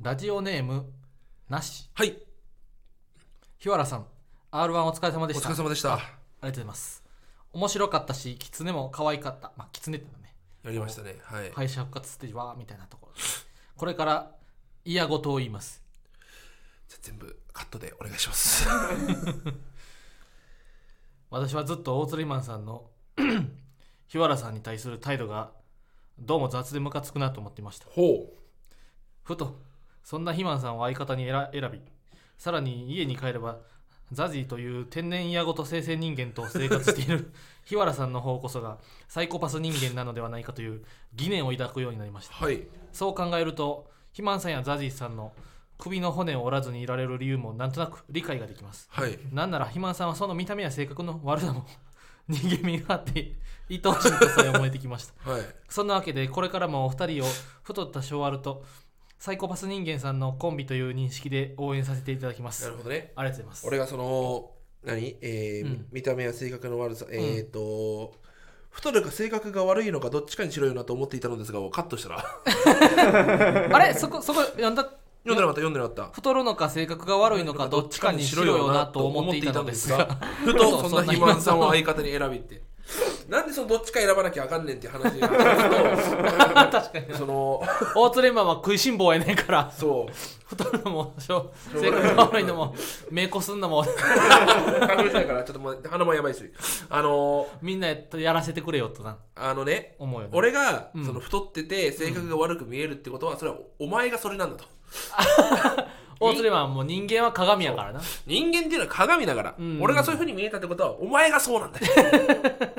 ラジオネームなしはい日原さん R1 お疲れ様おでした疲れ様でしたありがとうございます面白かったし狐も可愛かったまあ狐ってのはねやりましたねはい、敗者復活ステージはみたいなところですこれから嫌ごとを言いますじゃあ全部カットでお願いします 私はずっと大鶴マンさんの 日原さんに対する態度がどうも雑でムカつくなと思っていましたほうふとそんなひまんさんを相方に選選びさらに家に帰ればザジーという天然嫌ごと生成人間と生活している日原さんの方こそがサイコパス人間なのではないかという疑念を抱くようになりましたはいそう考えるとひまんさんやザジーさんの首の骨を折らずにいられる理由もなんとなく理解ができますはいなんならひまんさんはその見た目や性格の悪さも人間味があって愛おしいとさえ思えてきましたはいそんなわけでこれからもお二人を太った昭和ルとサイコパス人間さんのコンビという認識で応援させていただきます。なあるほどねりがとうございます。俺がその何、えーうん見た目や性格の悪さえっ、ー、と、太るか性格が悪いのかどっちかにしろよなと思っていたのですがカットし たらあれそこそこ読んだ読んでなかった読んでなかった太るのか性格が悪いのかどっちかにしろよなと思っていたのですがふとそんな肥満さんを相方に選 びってなんでそのどっちか選ばなきゃあかんねんっていう話があ る確かにとその大鶴マンは食いしん坊やねんからそう太るのもしょ性格が悪いのも目こすんのも花粉症だからちょっともう鼻もやばいしあのみんなやらせてくれよとなあのね思うよね。俺がうんその太ってて性格が悪く見えるってことはそれはお前がそれなんだと大鶴マンはもう人間は鏡やからな。人間っていうのは鏡だから、うん俺がそういうふうに見えたってことはお前がそうな んだよ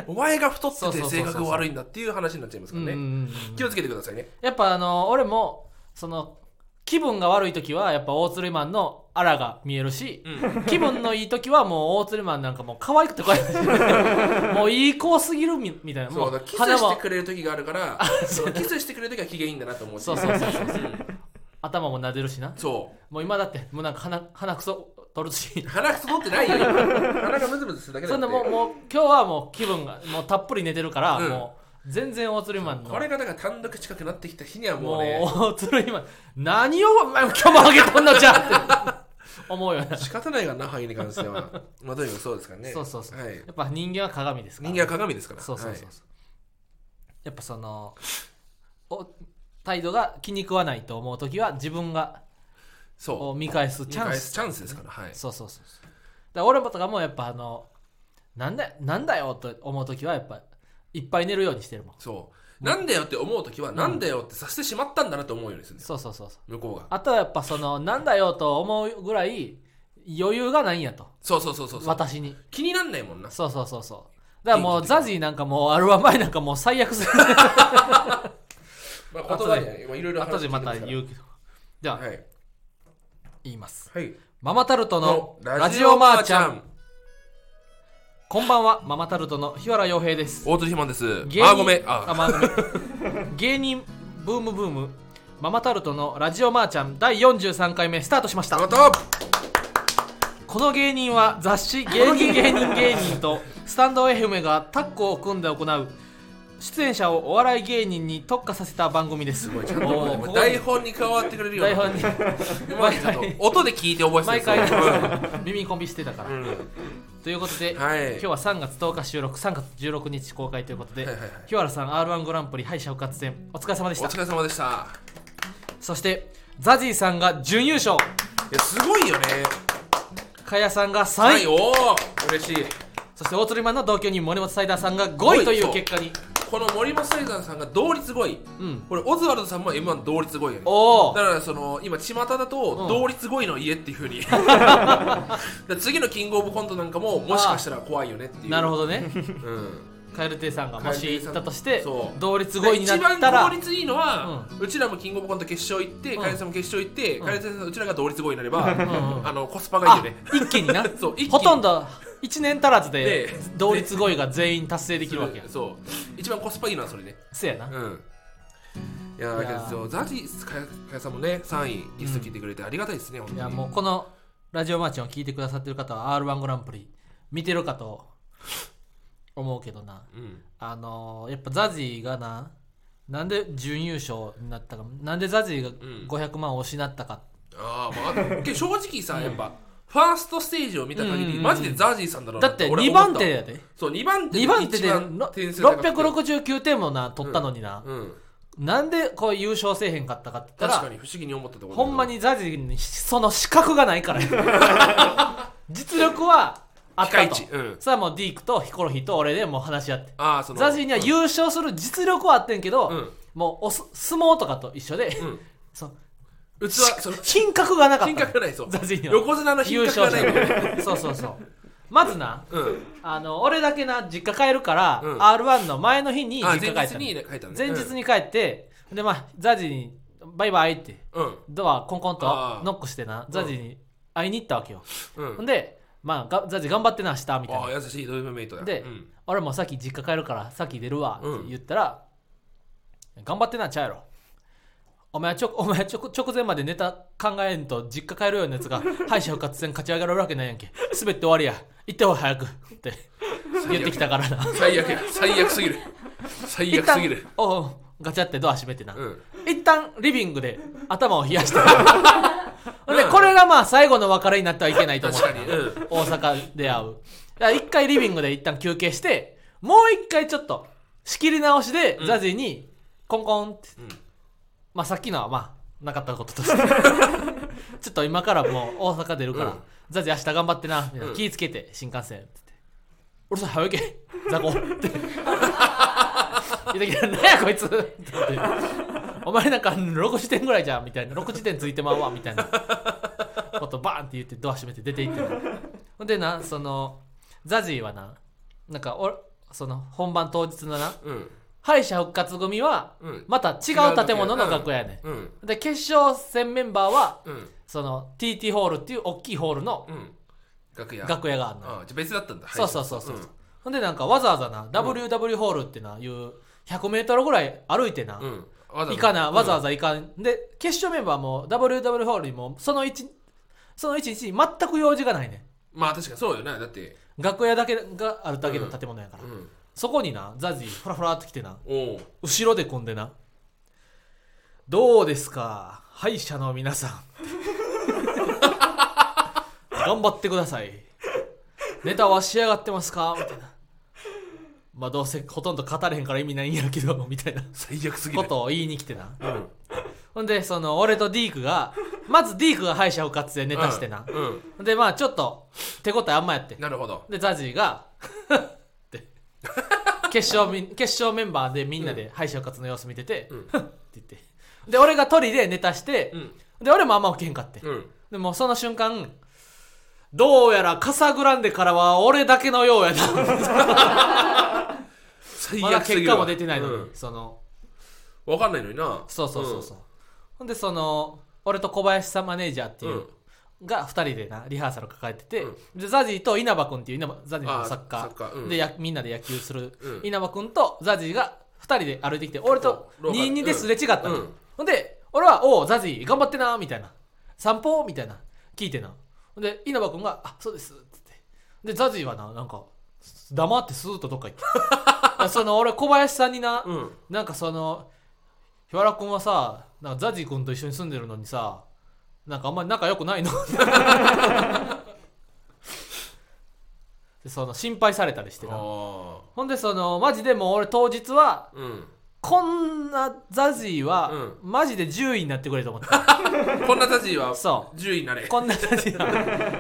お前が太ってて性格が悪いんだっていう話になっちゃいますうかんらうんうねん気をつけてくださいねやっぱあの俺もその気分が悪い時はやっぱ大鶴マンのアラが見えるし、気分のいい時はもう大鶴マンなんかもう可愛くて可愛く てもういい子すぎるみみたいなそもうだうからキス鼻してもくれる時があるからそうキスしてくれる時は機嫌いいんだなと思うしそうそうそうそう頭も撫でるしなそもう今だってもうなんか鼻鼻くそ取るし う鼻くそ取ってないよ今鼻がムズムズするだけだそっんてなもうもう今日はもう気分がもうたっぷり寝てるから、うんもう全然大鶴マンのこれがだから単独近くなってきた日にはももううね大鶴マン何を お前今日もあげとんのじゃんって思うよな仕方ないがなハゲに関してはまあとにかくそうですからねそうそうそうはい、やっぱ人間は鏡ですから人間は鏡ですからそうそうそうそうはい、やっぱそのお態度が気に食わないと思う時は自分がそをう見返すチャン見返スすチャンスですからはいそうそうそうそうだから俺もとかもやっぱあのなんだなんだよと思う時はやっぱいっぱい寝るようにしてるもんそう。なんだよって思うときは、なんだよってさせてしまったんだなと思うようにするんですよ。そうそうそうそう向こうが。あとはやっぱそのなんだよと思うぐらい余裕がないんやとそうそうそうそうそう。私に気になんないもんな。そうそうそうそうだからもう元気的にザジーなんかもうアルバ前なんかもう最悪 するまあ、言葉でね、まあいろいろ後でまたう。言うけどじゃあ、はい。言いますはい。ママタルトのララジジオオママーーちちゃゃんん。こんばんはママタルトの日原洋平です大鳥ひまんです。芸人あ、ごめん。ああ、まあ ごめん芸人ブームブームママタルトのラジオマーちゃん第43回目スタートしましたあたこの芸人は雑誌「芸人芸人芸人」とスタンド FM がタッグを組んで行う出演者をお笑い芸人に特化させた番組ですちゃんとおーもう 台本に変わってくれるよ。台 本にうまいちょっと音で聞いて覚 え毎てたん回ですよ耳コンビしてたから、うんということで、はい。今日は3月10日収録3月16日公開ということで、はいはいはい日原さん r 1グランプリ敗者復活戦お疲れ様でしおた疲れ様でした。そしてザジーさんが準優勝いや、すごいよね。かやさんがは3い、位、おお嬉しい。そして大鶴マンの同居人森本サイダーさんが5位という結果にこの森本財団さんが同率5位。うんこれ、オズワルドさんも M1 同率5位よね。おおだからその今巷だうんと同率5位の家っていうふ うに、で次のキングオブコントなんかももしかしたら怖いよねっていうなるほどねど、うん、蛙亭さんがもし行ったとして蛙亭さんそう同率5位になっ一た番ら同率いいのは、うちらもキングオブコント決勝行ってうん楓、さんも決勝行ってん楓、さんとうちらが同率5位になれば、んうんあのコスパがいいあよね一気になそう 一気にほとんど1年足らずでで同率5位が全員達成できるわけやそう一番コスパいいのはそれねせやなうんいやーいやーけどザジかやかやさんもね3位ゲスト聞いてくれてありがたいですね、本い当やにもうこのラジオマーチンを聞いてくださってる方は r 1グランプリ見てるかと思うけどなうんあのーやっぱザジーがななんで準優勝になったかなんでザジーがん500万を失ったか、ああま あけど正直さやっぱファーストステージを見た限うんうんりうんマジでザージーさんだろうなだって俺2は番思た手やでそう2番手2番手でろ一番点数高くて669点もな取ったのにな、うんなんでこう優勝せえへんかったかって言った確からに不思議に思ったところだけどほんまにザジーにその資格がないから や実力はあっピカたイとチうんさあもうディークとヒコロヒーと俺でもう話し合ってああそのザジーには優勝する実力はあってんけど、うんもうおす相撲とかと一緒で、うん そう器その品格がなかった品格がないそうザジーには横綱の優品格勝が者ないみたいな そうそうそうまずなうんあの俺だけな実家帰るから、うん r 1の前の日にあ実家帰った前の日に書いたね前日に帰って、でまあザジーにバイバイってうんドアコンコンとあーノックしてなザジーに会いに行ったわけよ、うんほんでまあがザジー頑張ってな明日みたいあなあ優しいドリームメイトやでうん俺もさっき実家帰るからさっき出るわって言ったら、頑張ってなちゃうやろお前はちょお 前はちょこ直前までネタ考えんと実家帰るようなやつが敗者復活戦勝ち上がれるわけないやんけ滑って終わりや行っておい早くって言ってきたからな最悪や最悪すぎる最一悪す旦ぎるおうガチャってドア閉めてな、うん一旦リビング で頭を冷やしたでうんこれがまあ最後の別れになってはいけないと思う確かにうん大阪で会うだから一回リビングで一旦休憩してもう一回ちょっと仕切り直しでんザジーにコンコンって、うんまあさっきのはまあなかったことと してちょっと今からもう大阪出るから、うんザジー明日頑張ってな、うん気ぃつけて新幹線って言って俺さ早行けザコって言ってきて「何やこいつ」って言ってお前なんか6時点ぐらいじゃん」みたいな「6時点ついてまうわ」みたいなことバーンって言ってドア閉めて出て行ってなほんでなそのザジーはななんかおその本番当日のなうん敗者復活組はうんまた違う建物の楽屋やねうんんで決勝戦メンバーはうんその TT ホールっていう大きいホールのうん楽屋楽屋があるのよああじゃあ別だったんだそうそうそうそう、んほんでなんかわざわざな WW ホールってないう 100m ぐらい歩いてな、うんわざ行かなわざわざざ行かん、で決勝メンバーも WW ホールにもその一その一日に全く用事がないねうんまあ確かにそうよねだってん楽屋だけがあるだけの建物やから、うんそこになザジーフラフラって来てなおう後ろで込んでなどうですか敗者の皆さん頑張ってくださいネタは仕上がってますかみたいなまあどうせほとんど語れへんから意味ないんやろけどみたいな最悪すぎこるとを言いに来てなうんほんでその俺とディークがまずディークが敗者復活でネタしてな、うんうんでまあちょっと手応えあんまやってなるほどでザジーがって決勝み決勝メンバーでみんなで敗者復活の様子見てて、うんって言ってで俺がトリでネタして、うんで俺もあんま受けんかって、うんでもその瞬間どうやらカサグランデからは俺だけのようやな最まだ悪す結ぎる果わも出てないのに、うんそのわかんないのになそうそうそうそう、ほんでその俺と小林さんマネージャーってういんう、が2人でなリハーサル抱えてて、うんでザジーと稲葉君っていう稲葉ザジーあのーサッカーサッカーうんでやみんなで野球する、うん稲葉君とザジーが2人で歩いてきて俺とローカル22ですれ違ったの、うんほんで俺は「おおザジー頑張ってな」みたいな「散歩」みたいな聞いてなほんで稲葉君が「あそうです」っつってでザジーはななんか黙ってスーッとどっか行って あその俺小林さんにな、うんなんかその日原君はさなんかザジー君と一緒に住んでるのにさなんかあんまり仲良くないの でその心配されたりしてなあほんでそのマジでもう俺当日はあうんこんなザジーは、マジで10位になってくれと思って たこんなたちはそ10位になれこんなザジーは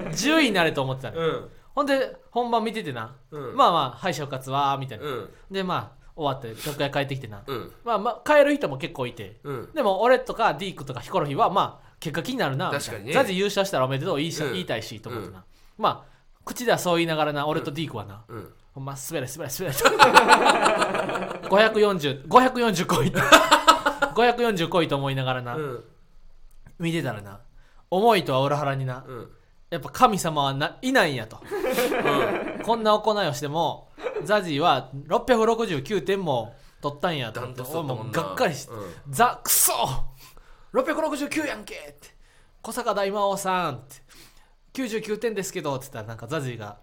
10位になれと思ってたの、うんほんで本番見ててな、うんまあまあ敗者復活はみたいな、うんでまあ終わって楽屋帰ってきてな、うんまあまあ帰る人も結構いて、うんでも俺とかディークとかヒコロヒーはまあ結果気になるな確かにねみたいなザジ優勝したらおめでとういいし、うん言いたいしと思ってな、まあ口ではそう言いながらな俺とディークはな、うんほんま滑れ滑れ滑 れ540 540来いと540来いと思いながらな、うん見てたらな思いとは裏腹にな、うんやっぱ神様はないないんやとこんな行いをしてもザジは669点も取ったんやとダ思っンてトツだ俺ったももんうながっかりしてうんザ・クソ !669 やんけって小坂大魔王さんって99点ですけどって言ったらなんかザジーが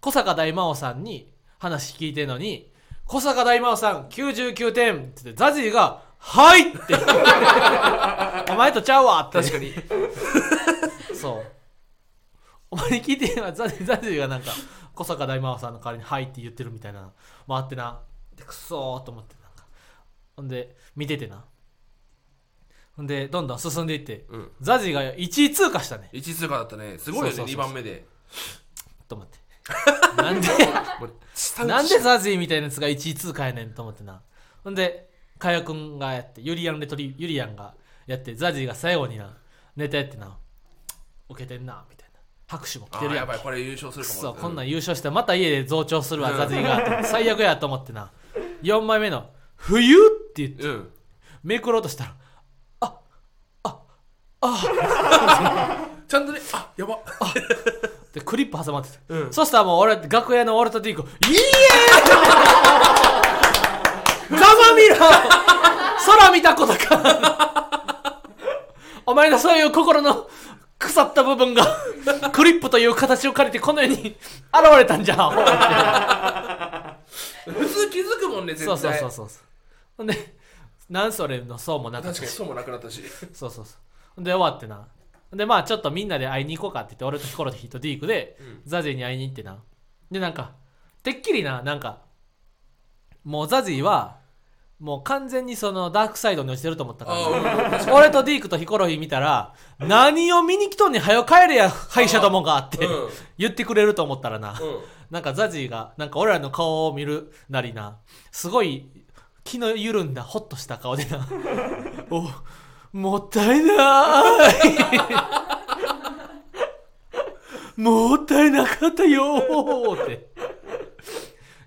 小坂大魔王さんに話聞いてんのに小坂大魔王さん99点って言ってザジーが「はい!」って言ってお前とちゃうわって確かにそうお前に聞いてみればザジーザジーがなんか小坂大魔王さんの代わりに「はい!」って言ってるみたいな回ってなでくそーと思ってなんかほんで見ててなほんでどんどん進んでいって、うんザジーが1位通過したね1位通過だったねすごいよねそうそうそう2番目でと思ってなんでもう下打ちなんでザジーみたいなやつが1位通過やねんと思ってな。ほんで、カヤくんがやって、ユリアンレトリ、ユリアンがやって、ザジーが最後にな、ネタやってな、受けてんな、みたいな。拍手も来あてーるややんけ。ばいこれ優勝するくかもそ、こんなんん優勝してまた家で増長するわ、うんザジーが。最悪やと思ってな。4枚目の、冬って言って、うんめくろうとしたら、ちゃんとねあやばでクリップ挟まってて、うんそしたらもう俺楽屋の俺とディーコ「いいえ!」生見ろ空見たことかお前のそういう心の腐った部分がクリップという形を借りてこの世に現れたんじゃん普通気づくもんね絶そう対そうそうそうほんで何それのそうもなかったし確かにそうもなくなったしそうそうそうほんで終わってなほんでまあちょっとみんなで会いに行こうかって言って俺とヒコロヒーとディークで、うんザジーに会いに行ってなでなんかてっきりななんかもうザジーはもう完全にそのダークサイドに落ちてると思ったからあーうん俺とディークとヒコロヒー見たら何を見に来とんねん早よ帰れや歯医者どもがってうん言ってくれると思ったらなうんなんかザジーがなんか俺らの顔を見るなりなすごい気の緩んだホッとした顔でな おもったいない もったいなかったよーって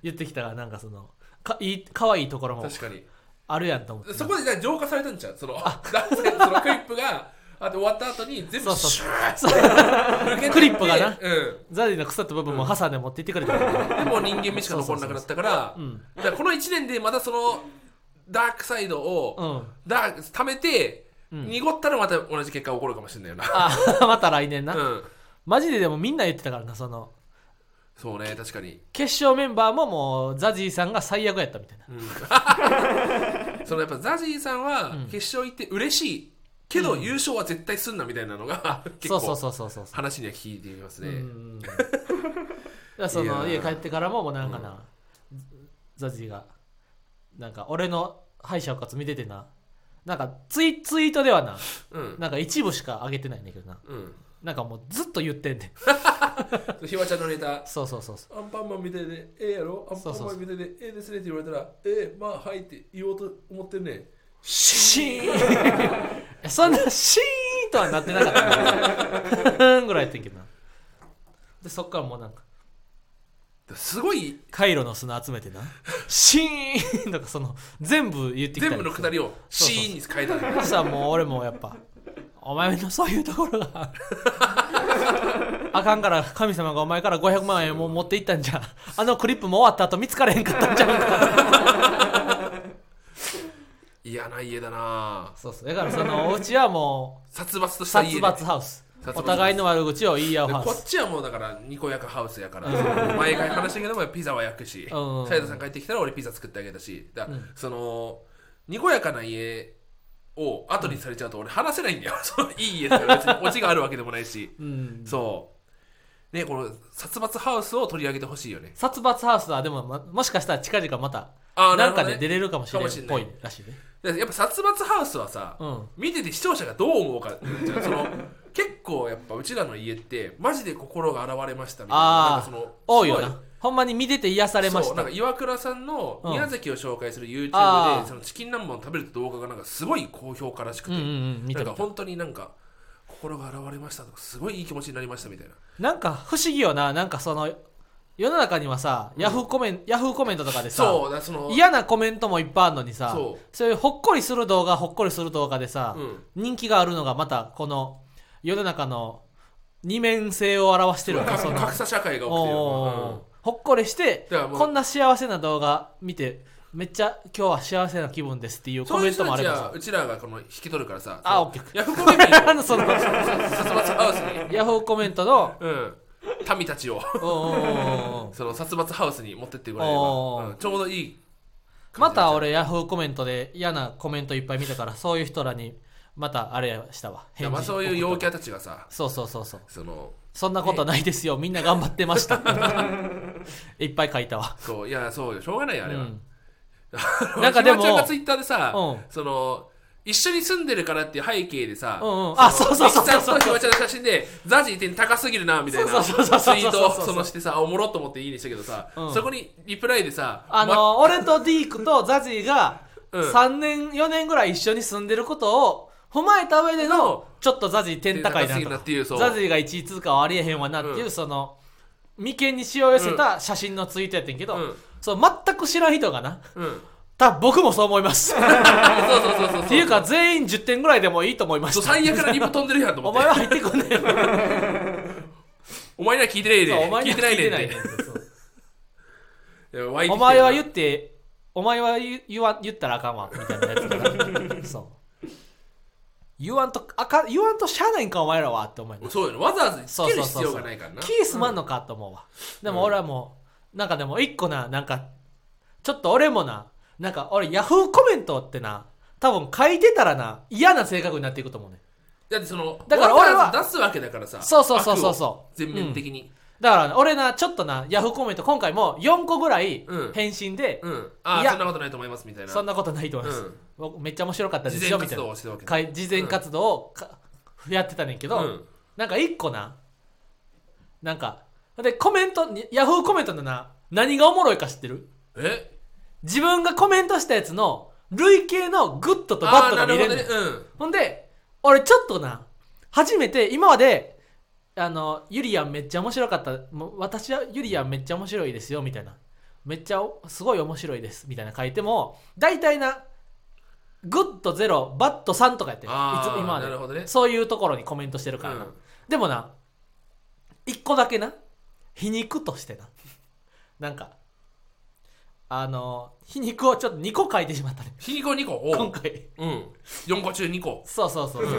言ってきたらなんかそのかいい可愛いところも確かにあるやんと思ってなそこでじゃあ浄化されたんちゃうその男性のそのクリップがあと終わった後に全そう部そうシューッそう抜けてってクリップがなうんザジーの腐った部分もハサで持って行ってくれた から、でも人間味しか残らなくなったからうんだからこの1年でまたそのダークサイドうをん、ダーク貯めてうん濁ったらまた同じ結果が起こるかもしれないよなあまた来年な、うんマジででもみんな言ってたからなそのそうね確かに決勝メンバーももうザジーさんが最悪やったみたいな、そのやっぱザジーさんはうん決勝行って嬉しいけど優勝は絶対すんなみたいなのが 結そうそう構そうそうそうそ話には聞いてみますう、う ねんだからそのい家やー帰ってからももうなんかな、ザジーがなんか俺の敗者復活見ててななんかツイツイートではなうんなんか一部しか上げてないんだけどなうんなんかもうずっと言ってんねんひわちゃんのネタそうそうそうそうアンパンマンみたいで、ええやろアンそパうそうンそマうンみたいで、ええですねって言われたら、ええ、まあ、はいって言おうと思ってるね。シーン そんなシーンとはなってなかったけどぐらいやってんけどなでそっからもうなんかすごい、カイロの砂集め てなシーンとかその全部言ってきた全部のくだりをそうそうそうシーンに変えたんだそしたらもう俺もやっぱお前のそういうところが あかんから神様がお前から500万円も持っていったんじゃあのクリップも終わった後見つかれへんかったんじゃんか嫌な家だなぁそうそうだからそのうちはも殺伐とうした家殺で。伐ハウス殺伐ハウスお互いの悪口を言い合うでハウこっスちはもうだからにこやかハウスやから毎回話したけどもピザは焼くしうんサイドさん帰ってきたら俺ピザ作ってあげたしだからうんそのにこやかな家を後にされちゃうと俺話せないんだよ そのいい家だから別にオチがあるわけでもないしうんそうねこの殺伐ハウスを取り上げてほしいよね殺伐ハウスはでもまもしかしたら近々またあーなんなかるほどでね出れるかもしれんかっもしれないぽいらしいねだからやっぱ殺伐ハウスはさ、うん見てて視聴者がどう思うかその 結構やっぱうちらの家ってマジで心が現れましたみたいなあーなんかその多いよすごなほんまに見てて癒されましそうなたんか岩倉さんのうん宮崎を紹介する YouTube で、あーそのチキン南蛮を食べるって動画がなんかすごい高評価らしくうんて、うんうん見たなん見かた本当になんか心が現れましたとかすごいいい気持ちになりましたみたいななんか不思議よな、なんかその世の中にはさ、ヤフーコメンヤフーコメントとかでさ、そうだその嫌なコメントもいっぱいあるのにさ、そそういうほっこりする動画、ほっこりする動画でさ、うん人気があるのがまたこの世の中の二面性を表してるよね格その格差社会が起きおてるよーな、うんほっこりしてだからもうこんな幸せな動画見てめっちゃ今日は幸せな気分ですっていうコそういメうント人もあたれちばさはうちらがこの引き取るからさあそのオッケーヤフコメン トあのその殺伐ハウスにヤフーコメントのうん民たち をおーおーおーおー その殺伐ハウスに持ってってくれれおば、ーうんちょうどいいまた俺ヤフーコメントで嫌なコメントいっぱい見たからそういう人らにまたあれやしたわいやまあそういう陽キャャたちがさそうそうそうそうそのそんなことないですよみんな頑張ってました いっぱい書いたわそういやそうよしょうがないよあうれは、 んななんかんかででももちゃんがツイッターでさ、うんその一緒に住んでるからっていう背景でさ、うんうんあそうそうそうミキさんとひわちゃんの写真でザジ点高すぎるなみたいなそうツイそうそうそうートをそうそうそうそのしてさあおもろっと思っていいにしたけどさ、うんそこにリプライでさあの、ま俺とディークとザジーがうん3年4年ぐらい一緒に住んでることを踏まえた上でののちょっとザジー点高い点高すぎるななとっていうそうザジーが1位通過はありえへんわなっていう、うんその眉間にしを寄せた写真のツイートやってんけど、うんそう全く知らん人がなうん、そう多分僕もそう思います そうそうそうそうっていうか全員10点ぐらいでもいいと思いまそうした最悪なリプ飛んでるやんと思おって前は入ってこねえお前には聞いてないそうでお前に聞いてないね聞いんてでないねんそうおお前は言って、お前は言言わ言ったらあかんわ、みたいなやつだ からそう。言わんと、あかん言わんとしゃあないんか、お前らはって思います。そうよねわざわざつそうけそうるそ必う要そがう。ないからな気すまんのかと思うわ。でも俺はもう、なんかでも一個な、なんか、ちょっと俺もな、なんか俺ヤフーコメントってな、多分書いてたらな、嫌な性格になっていくと思うね。だってそのだから俺はわざわざ出すわけだからさそうそうそうそう悪をそう全面的にだからな俺な、ちょっとな、ヤフーコメント今回も4個ぐらいうん返信で、うんあいあやそんなことないと思いますみたいなそんなことないと思います。うん僕めっちゃ面白かったで事す前よ、みた活いな動。をしてるわけかい慈善活動をか、やってたねんけど、うんなんか一個ななんかでコメントにヤフーコメントのな何がおもろいか知ってるえ自分がコメントしたやつの累計のグッドとバッあドあなが見れるほるどねねんうんほんで俺ちょっとな初めて今まであのゆりやんめっちゃ面白かったもう私はゆりやんめっちゃ面白いですよみたいなめっちゃおすごい面白いですみたいな書いても大体なグッド0バッド3とかやってんいつあー今までなるほどねそういうところにコメントしてるからな、うんでもな一個だけな皮肉としてななんかあの皮肉をちょっと2個書いてしまったね皮肉を2個今おう回うん4個中2個そうそうそうそう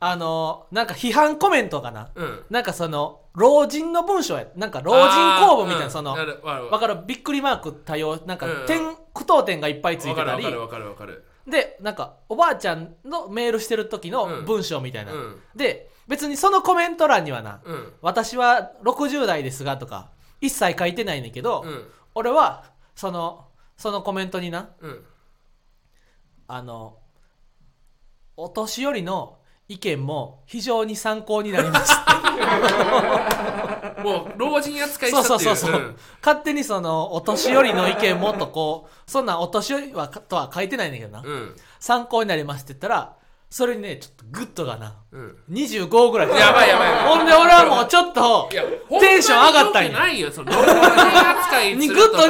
あのなんか批判コメントかなうんなんかその老人の文章やなんか老人公募みたいな、あーそのうんるわかるわかるびっくりマーク多様なんかうんうん点、句読点がいっぱいついてたわりかるわかるわかるでなんかおばあちゃんのメールしてる時の文章みたいな、うんで別にそのコメント欄にはな、うん私は60代ですがとか一切書いてないねんだけど、うん俺はそのそのコメントになうん あのお年寄りの意見も非常に参考になりま したもう老人扱いそうしたそうそううっていそう、うん勝手にそのお年寄りの意見もとこうそんなんお年寄りはかとは書いてないねんだけどな、うん参考になりますって言ったらそれにねちょっとグッドがなうん25ぐらいやばいやばいやばいほんで俺はもうちょっといやテンション上がったんほやまに良くないよその老人扱いにすグるッとドか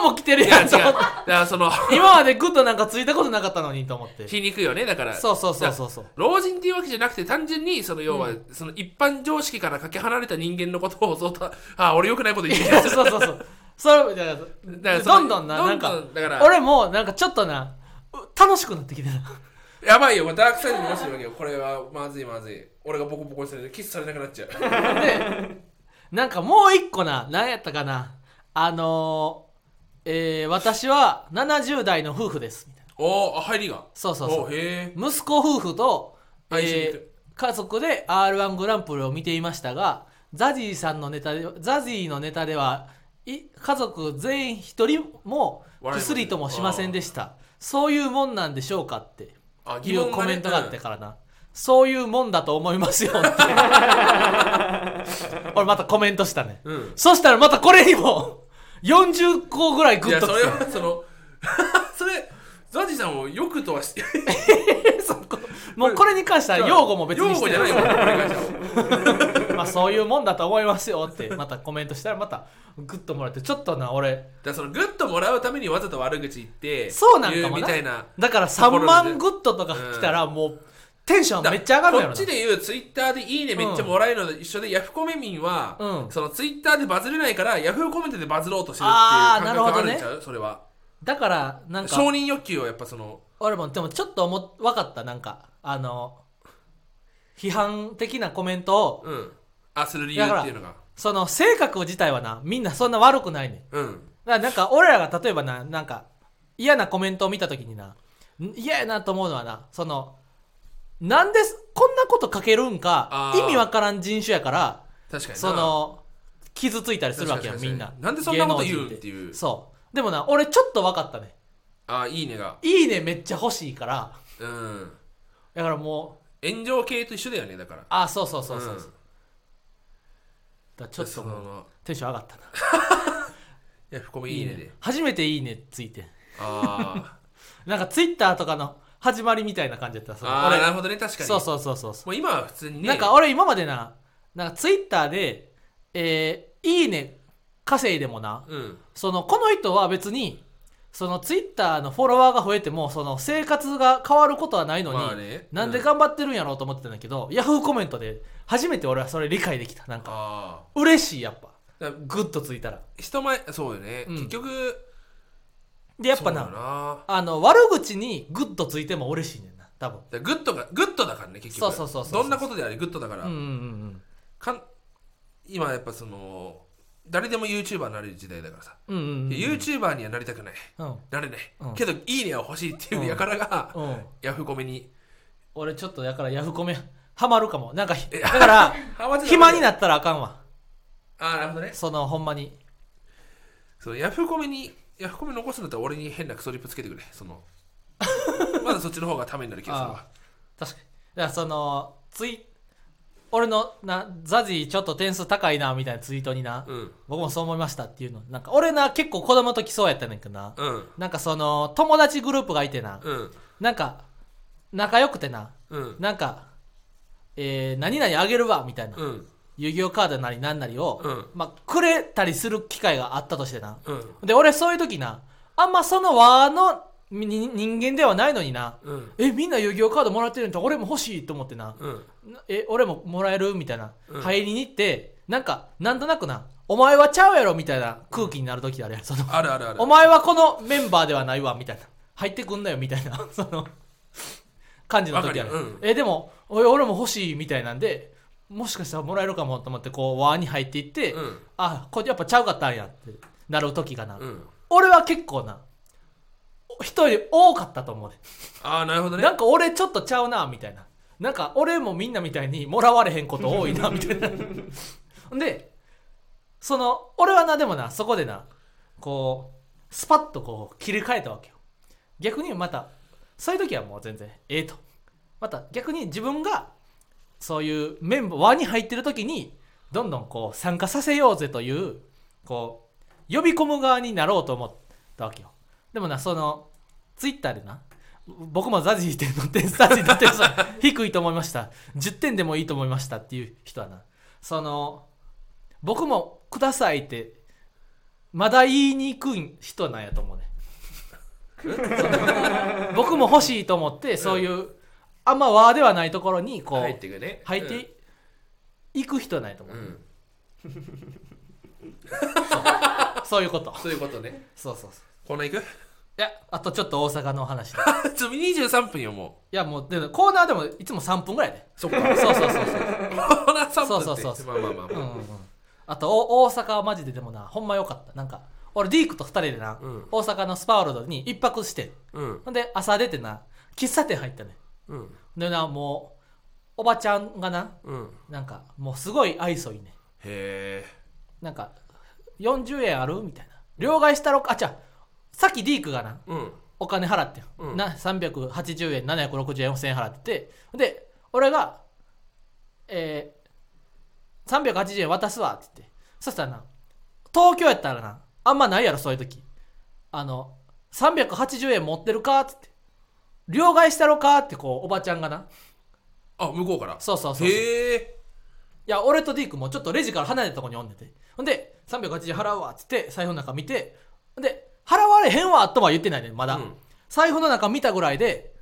25も来てるいやや違んうと思だってからその今までグッドなんかついたことなかったのにと思って皮肉よねだからそうそうそうそうそう老人っていうわけじゃなくて単純にその要は、その一般常識からかけ離れた人間のことをそうとあ俺よくないこと言ってる そうそうそうそれだかだかららそのどんどんななんどかんどんだから俺もなんかちょっとなう楽しくなってきてなやばいよこれダークサイドに落ちてるわけよこれはまずいまずい俺がボコボコにされてキスされなくなっ ちゃうでなんかもう一個な何やったかなあのーえー私は70代の夫婦ですみたいなおーあ入りがそうそうそうおへえ息子夫婦と、あ一緒に行えくー家族で r 1グランプリを見ていましたがザジーさんのネタでザジーのネタではい家族全員一人も笑いません薬ともしませんでしたそういうもんなんでしょうかってあ疑いう問がねコメントがあってからな、そういうもんだと思いますよって 俺またコメントしたね、うんそしたらまたこれにも40個ぐらいグいッやとそきれはその それザジさんをよくとはしててそこもうこれに関しては用語も別にして用語じゃないよこれに関して はまあそういうもんだと思いますよってまたコメントしたらまたグッともらってちょっとな俺だからそのグッともらうためにわざと悪口言ってそうなんか言もみなたいなだから3万グッドとか来たらもうテンションめっちゃ上がるやろなこっちで言うツイッターでいいねめっちゃもらえるのと一緒で、ヤフコメ民は、うんそのツイッターでバズれないからヤフーコメントでバズろうとしてるってあーいう感覚があるんちゃう、それはだからなん承か認欲求はやっぱその俺もでもちょっと思分かったなんかあの批判的なコメントをうんあする理由っていうのがその性格自体はなみんなそんな悪くないねんうんだからなんか俺らが例えばななんか嫌なコメントを見た時になん嫌やなと思うのはなそのなんですこんなこと書けるんかあー意味わからん人種やから確かになその傷ついたりするわけや確かみんに確かなになんでそんなこと芸能人言うんっていうそうでもな俺ちょっと分かったねああいいねがいいねめっちゃ欲しいからうんだからもう炎上系と一緒だよねだからあそうそうそうそうそう、んだからちょっとそもうのテンション上がったないやここもいいねで初めていいねついてあなんかツイッターとかの始まりみたいな感じだったそーのあー俺なるほどね確かにそうそうそうそうそもう今は普通にう、ねなんか俺今までななんかツイッターでえーいいね稼いでもなうんそのこの人は別にそのツイッターのフォロワーが増えてもその生活が変わることはないのに、まあねなんでうん頑張ってるんやろうと思ってたんだけど、ヤフーコメントで初めて俺はそれ理解できたなんかあ嬉しいやっぱあだからグッとついたら人前そうよねうん結局でやっぱなそうだなあの悪口にグッとついても嬉しいねんな多分だからグッドがグッドだからね結局そうそうそうそうどんなことであれグッドだから、うんうんうんかん今やっぱその誰でも YouTuber になれる時代だからさ、うんうんうんうん YouTuber にはなりたくないうんなれない、うんけどいいねは欲しいっていうやからが、うんヤフコメに俺ちょっとだからヤフコメハマるかもなんかひだから暇にななったらあかんわああなるほどねそのほんまにそうヤフコメにヤフコメ残すんだったら俺に変なクソリップつけてくれ そのまだそっちの方がためになる気がするわ確かにだからそのツイ俺のなザジーちょっと点数高いなみたいなツイートにな、うん僕もそう思いましたっていうのなんか俺な結構子供と来そうやったねんけどな、うんなんかその友達グループがいてな、うんなんか仲良くてなうんなんか、えー何々あげるわみたいな、うん遊戯王カードなりなんなりを、うんまあ、くれたりする機会があったとしてなうんで俺そういう時なあんまその和のに人間ではないのになうんえみんな遊戯王カードもらってるんだ俺も欲しいと思ってな、うんなえ俺ももらえるみたいな、うん入りに行ってなんかなんとなくなお前はちゃうやろみたいな空気になる時あるやんそのあるあるあるお前はこのメンバーではないわみたいな入ってくんなよみたいな その感じの時あるわかるようんえでもおい俺も欲しいみたいなんでもしかしたらもらえるかもと思ってこう輪に入っていって、うんあこれやっぱちゃうかったんやってなる時がな、うん俺は結構なお一人より多かったと思うでああなるほどねなんか俺ちょっとちゃうなみたいななんか俺もみんなみたいにもらわれへんこと多いなみたいなでその俺はなでもなそこでなこうスパッとこう切り替えたわけよ逆にまたそういう時はもう全然ええとまた逆に自分がそういうメンバー輪に入ってる時にどんどんこう参加させようぜというこう呼び込む側になろうと思ったわけよでもなそのツイッターでな僕もザジー点の点数ザジーの点 数低いと思いました10点でもいいと思いましたっていう人はなその僕もくださいってまだ言いにくい人なんやと思うねその僕も欲しいと思ってそういう、あんま和ではないところにこう入ってくね入っていく人はないと思うう、んうんそういうことそういうことねそうそうそうコーナー行く いやあとちょっと大阪のお話でいちょ23分よもやもうでもコーナーでもいつも3分ぐらいでうそっかそうそうそうそうコーナー3分ってそうそうそうまあまあまあうんまあ、うんうんあとお大阪はマジででもなほんまよかったなんか俺ディークと2人でな、うん大阪のスパールドに1泊してうんほんで朝出てな喫茶店入ったねうんでなもうおばちゃんがなうんなんかもうすごい愛想いいねへえなんか40円あるみたいな両替したろかあじゃさっきディークがなうんお金払って、うんな380円760円1000円払っててで俺が、えー、380円渡すわって言ってそしたらな東京やったらなあんまないやろそういう時あの380円持ってるかって言って両替したろかってこうおばちゃんがなあ向こうからそうそうそうそうへえいや、俺とディークもちょっとレジから離れたとこにおんねんて。ほんで、380円払うわっつって、財布の中見て、ほんで、払われへんわとは言ってないねん、まだ。うん財布の中見たぐらいで、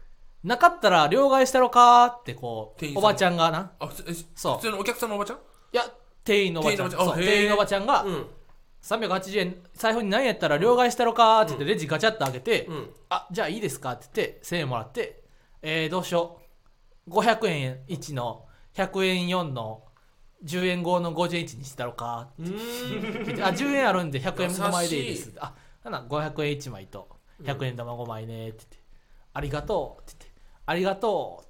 なかったら両替したろかーってこ店員う、さおんばちゃんがな。あ普通え普そう通のお客さんのおばちゃんいや、店員のおばちゃん。店員のおばちゃんあそうへー店員のおばちゃんが、うん380円、財布に何やったら両替したろかーって言って、レジガチャって開けて、うんあ、じゃあいいですかって言って、1000円もらって、えー、どうしよう。500円1の、100円4の、10円5の50円1にしたろかーってうーんあ10円あるんで100円優しい5枚でいいですあなんなら500円1枚と100円玉5枚ね」って言って「ありがとう」って言って「ありがとう」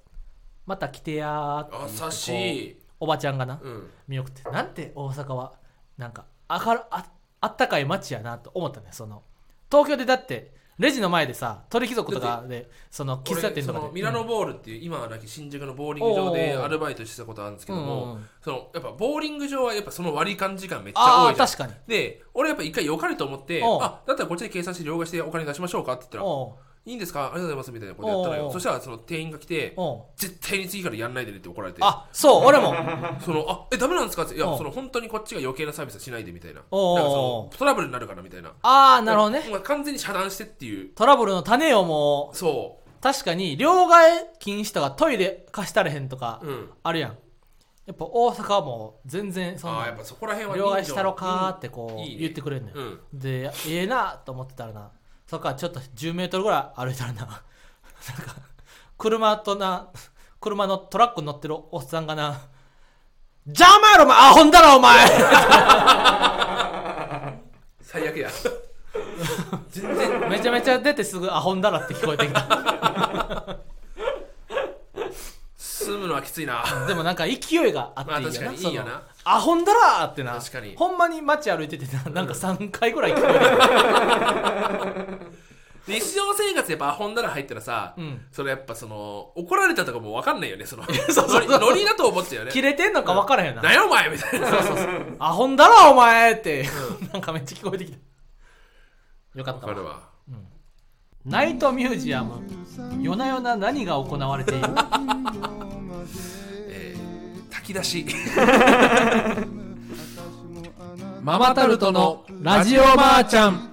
また来てやーって言って優しこいうおばちゃんがなうん見送ってなんて大阪はなんか明るああったかい街やなと思ったねその東京でだってレジの前でさ鳥貴族とかでその喫茶俺店とそかでのミラノボールっていう今はなき新宿のボーリング場でおうおうアルバイトしてたことあるんですけどうんうんもうんそのやっぱボーリング場はやっぱその割り勘時間めっちゃあ多あいじゃん確かにで俺やっぱ一回よかれと思っておうあだったらこっちで計算して両替してお金出しましょうかって言ったらおういいんですかありがとうございますみたいなことやったのおうおようそしたらその店員が来ておう絶対に次からやんないでねって怒られてあそう俺もそのあえダメなんですかっていやうんその本当にこっちが余計なサービスはしないでみたいななんかおうおうそのトラブルになるからみたいなああなるほどねもう完全に遮断してっていうトラブルの種をもうそ確かに両替禁止とかトイレ貸したれへんとかううんあるやんやっぱ大阪はもう全然そんああなやっぱそこら辺は両替したろかーってこいいねう言ってくれんのようんでええなと思ってたらなそっからちょっと1 0ルぐらい歩いたらな なんか車とな車のトラックに乗ってるおっさんがな「邪魔やろお前アホんだろお前!」 最悪や 全然めちゃめちゃ出てすぐアホんだらって聞こえてきた 住むのはきついなでもなんか勢いがあっていいよな,そまあ確かの、にいいよなアホんだらーってな確かにほんまに街歩いててななんか3回ぐらい聞こえてきた日常生活やっぱ本棚入ったらさ、うんそれやっぱその怒られたとかも分かんないよねその そうそうノリノリだと思っちゃうよ切ねれてんのか分からへんよななんやお前みたいなそうそうアホんだろお前って、 なんかめっちゃ聞こえてきたよかった分かわるわナイトミュージアム夜な夜な何が行われているえー、炊き出し ママタルトのラジオばあちゃん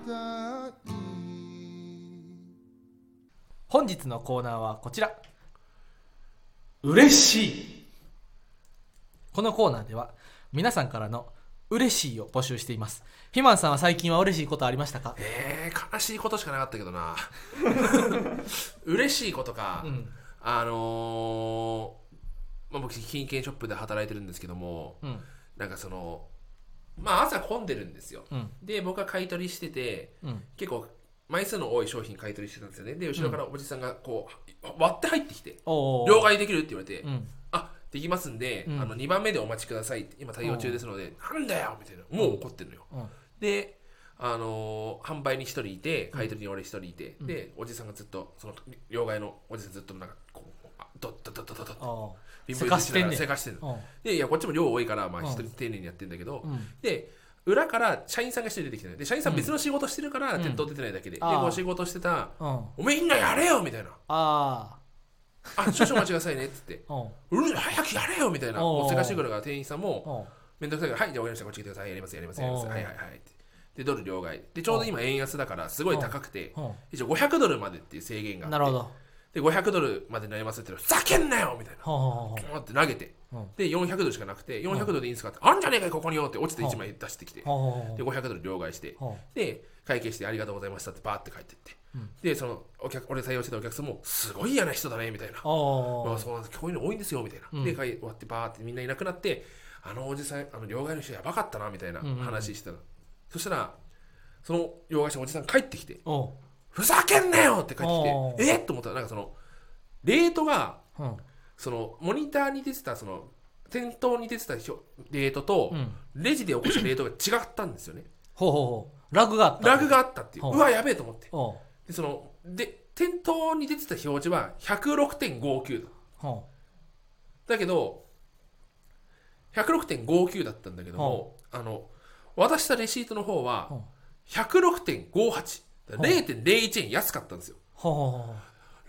本日のコーナーはこちら嬉しいこのコーナーでは皆さんからの嬉しいを募集していますひまんさんは最近は嬉しいことありましたかえー、悲しいことしかなかったけどな 嬉しいことか、うんあのーまあ、僕金券ショップで働いてるんですけども、うんなんかそのまあ朝混んでるんですよ、うんで僕は買い取りしててうん結構枚数の多い商品買い取りしてたんですよねで後ろからおじさんがこう割って入ってきておー両替できるって言われて、うんあできますんで、うんあの2番目でお待ちくださいって今対応中ですので、なんだよみたいなもう怒ってるのよ、うんであのー販売に1人いて買い取りに俺1人いて、でおじさんがずっとその両替のおじさんずっとなんかこうあドッドッドッドッドッドッお貧せ乏か揺しすりてなんねがんらせかしてるうんでいやこっちも量多いからまあうん一人丁寧にやってんだけど、うんで裏から社員さんが一人出てきたのよで社員さん別の仕事してるから店頭出てないだけで、であーこう仕事してたうん「おめえみんなやれよ!」みたいなあ「あ少々お待ちくださいね」っつってあうん「うるさい早くやれよ!」みたいなおうおうもうせかしてくるから店員さんもうん「めんどくさいからはいじゃあわかりましたこっち来てくださいやりますやりますやりますおうはいはいはい」ってでドル両替でちょうど今円安だからすごい高くてうん一応500ドルまでっていう制限があってなるほどで500ドルまでになりますって言ったら「ふざけんなよ!」みたいなほうほうほうガーって投げてうんで400ドルしかなくて400ドルでいいんですかって「あんじゃねえかよここによ」って落ちて1枚出してきてほうほうほうで500ドル両替してほで会計して「ありがとうございました」ってバーって帰ってってうんでそのお客俺採用してたお客さんも「すごい嫌な人だね」みたいなうおまあ、ーそうなんですこういうの多いんですよみたいな、うんで会終わってバーってみんないなくなってあのおじさんあの両替の人やばかったなみたいなうんうんうん話してたの、そしたらその両替したおじさん帰ってきておう「ふざけんなよ!」って帰っておきーてえっと思ったらなんかそのレートがうんそのモニターに出てたその店頭に出てた表レートと、うんレジで起こしたレートが違ったんですよねほうほうほうラグがあったラグがあったっていうほううわやべえと思っておうでそので店頭に出てた表示は106.59だほだけど106.59だったんだけども、あの渡したレシートの方はううん106.58だから0.01円安かったんですよほうほうほうほ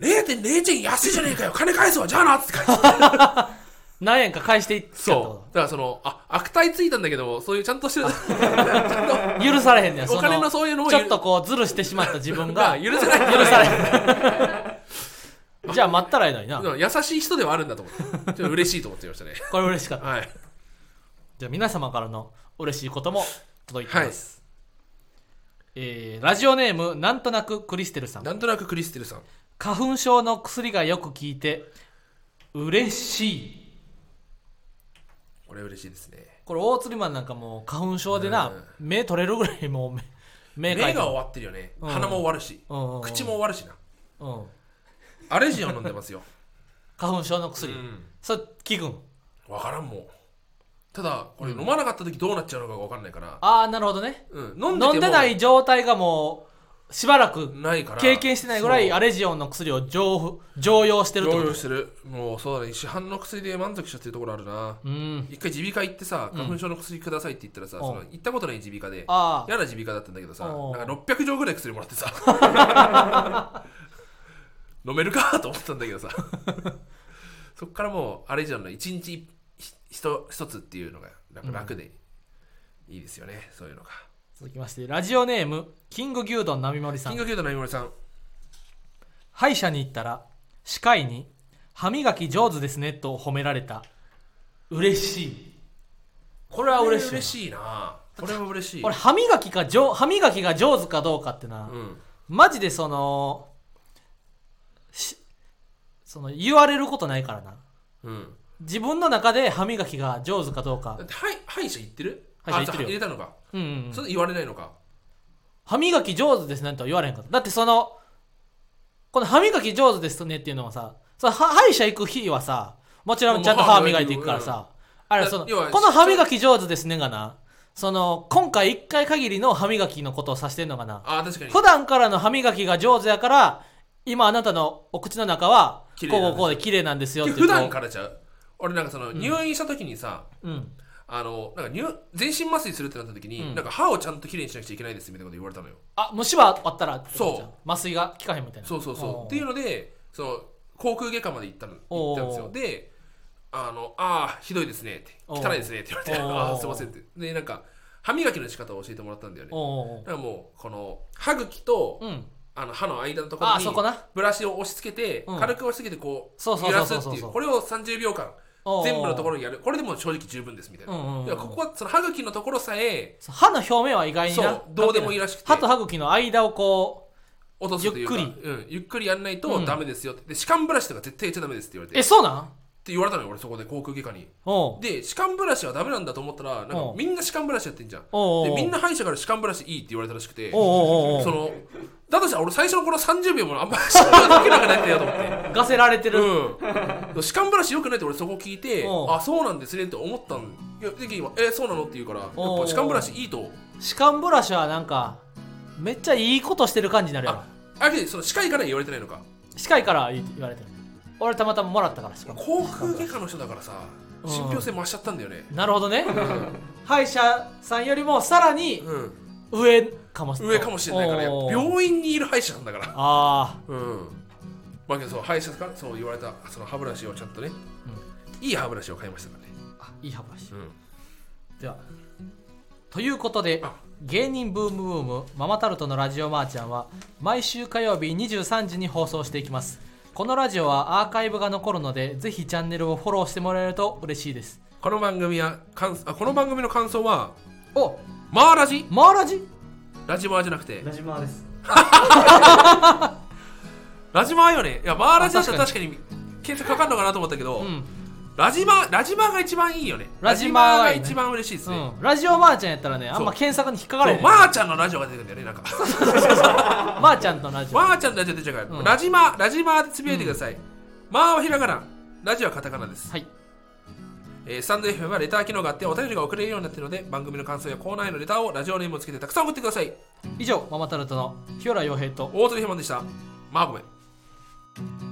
う0.01円安いじゃね えかよ金返すわじゃあなって感じ何円か返していっちゃったそうだからそのあ悪態ついたんだけどもそういうちゃんとしてるちゃん許されへんねや とお金のそういうのをちょっとこうズルしてしまった自 分がが許せない許されへんじゃあ待ったらええのにな うん優しい人ではあるんだと思ってちょっと嬉しいと思ってましたねこれ嬉しかったはいじゃあ皆様からの嬉しいことも届いてはまいす、えーラジオネームなんとなくクリステルさんなんとなくクリステルさん花粉症の薬がよく効いて嬉しいこれ嬉しいですねこれ大釣りマンなんかもう花粉症でな、うん目取れるぐらいもう目 目描目いてが終わってるよね、うん鼻も終わるし、うんうん口も終わるしなうん、うん、アレジオン飲んでますよ、花粉症のう薬、ん、それ聞くん分からんもんただこれ飲まなかった時どうなっちゃうのかが分かんないから、ああなるほどねうん、飲んでても飲んでない状態がもうしばらくないから経験してないぐらいそうアレジオンの薬を常常用してるってこ療と養してるもうそうだね市販の薬で満足しちゃってるところあるなうん一回耳鼻科行ってさうん花粉症の薬くださいって言ったらさ、うんその行ったことない耳鼻科でああ嫌な耳鼻科だったんだけどさうんなんか600錠ぐらい薬もらってさ 飲めるかと思ったんだけどさそっからもうあれじゃんの一日ひひと一つっていうのがなんか楽でいいですよね、そういうのが続きましてラジオネームキング牛丼並盛さん金河球の並森さん歯医者に行ったら歯科医に「歯磨き上手ですね」と褒められた嬉しいこれはこれ嬉しいな嬉しいなこれは嬉しい俺歯磨きか上歯磨きが上手かどうかってな、うんマジでそのしその言われることないからなうん自分の中で歯磨きが上手かどうかだって歯医歯医者行ってる歯医者行ってるよあ入れたのか、うん、うんそれ言われないのか歯磨き上手ですねとは言われへんかっただってそのこの歯磨き上手ですねっていうのはさその歯歯医者行く日はさもちろんちゃんともう歯歯磨磨いいてていいくくかかららさあれはその要はこの歯磨き上手ですねがなその今回1回限りの歯磨きのことを指してんのかなああ確かに普段からの歯磨きが上手やから今あなたのお口の中は綺こ麗うなんこうこですうで綺麗なんですよっていう普段こからちゃう俺なんかその入院した時にさ、ううんあのなんか入全身麻酔するってなった時に、うんなんか歯をちゃんときれいにしなくちゃいけないですみたいなこと言われたのよあ虫歯あったらってことじゃんそ麻酔が効かへんみたいなそうそうそんうっていうのでその航空外科まで行ったの行ったんですおよーであのあーひどいですねってお汚いですねって言われておああーすいませんってでなんか歯磨きの仕方を教えてもらったんだよねおうおうだからもうこの歯茎と、おううんあの歯の間のとこあろあそこになブラシを押し付けて、うん軽く押し付けてこうそうそう揺そらうすそうってそういうこれを30秒間おうおう全部のところにやるこれでもう正直十分ですみたいな、うんうんうんいやここはその歯茎のところさえそう歯の表面は意外にそなうどうでもいいらしくて歯と歯茎の間をこ落とすというかゆゆっっくくり、うん、ゆっくりやんないうんとダメですよって、で歯間ブラシとか絶対やっちゃダメですって言われうてえってそうなん言われたのよ俺そこで航空外科におうで歯間ブラシはダメなんだと思ったらなんうかんみんな歯間ブラシやってんじゃんおうおうでおうみんな歯医者から歯間ブラシいいって言われたらしくておうおうおうそのだとしたら俺最初のこの30秒もあんまり歯間ブラシできなくなってよと思ってガセられて る、うん、歯間ブラシよくないって俺そこ聞いてうんあそうなんですねって思ったんいやで今えそうなのって言うからやっぱうん歯間ブラシいいと歯間ブラシはなんかめっちゃいいことしてる感じになるやろああけどその歯科医から言われてないのか歯科医から言われてる俺たまたまもらったからしかも航空外科の人だからさうん信憑性増しちゃったんだよねなるほどね歯医者さんよりもさらにうん上かもしれない上かもしれないからやっぱおー病院にいる歯医者なんだからあうんまあけどそう歯医者からそう言われたその歯ブラシをちゃんとね、いい歯ブラシを買いましたからねーあいい歯ブラシうんではということであ芸人ブームブームママタルトのラジオマーちゃんは毎週火曜日23時に放送していきますこのラジオはアーカイブが残るのでぜひチャンネルをフォローしてもらえると嬉しいですこの番組は感あこの番組の感想はおマーラジマーラジラジマーじゃなくてラジマーですラジマーよね。いや、マーラジだったらあ確かに検索かかるのかなと思ったけど、うん、ラジマー、ラジマーが一番いいよね。ラジマーがラいいねジマーが一番嬉しいですうね。ん、ラジオマーちゃんやったらねあんま検索に引っかかそれうへんまマーちゃんのラジオが出てくるんだよね、なんか。ーちゃんとラジオまーちゃんのラジオ出てくるから、うんラジマー、ラジマーでつぶやいてください。マーはひらがな、ラジオはカタカナです。はいえー、スタンド FM はレター機能があって、お便りが送れるようになっているので、番組の感想やコーナーへのレターをラジオネームをつけてたくさん送ってください。以上ママタルトの日原洋平と大鳥ひまんでした。まあごめん。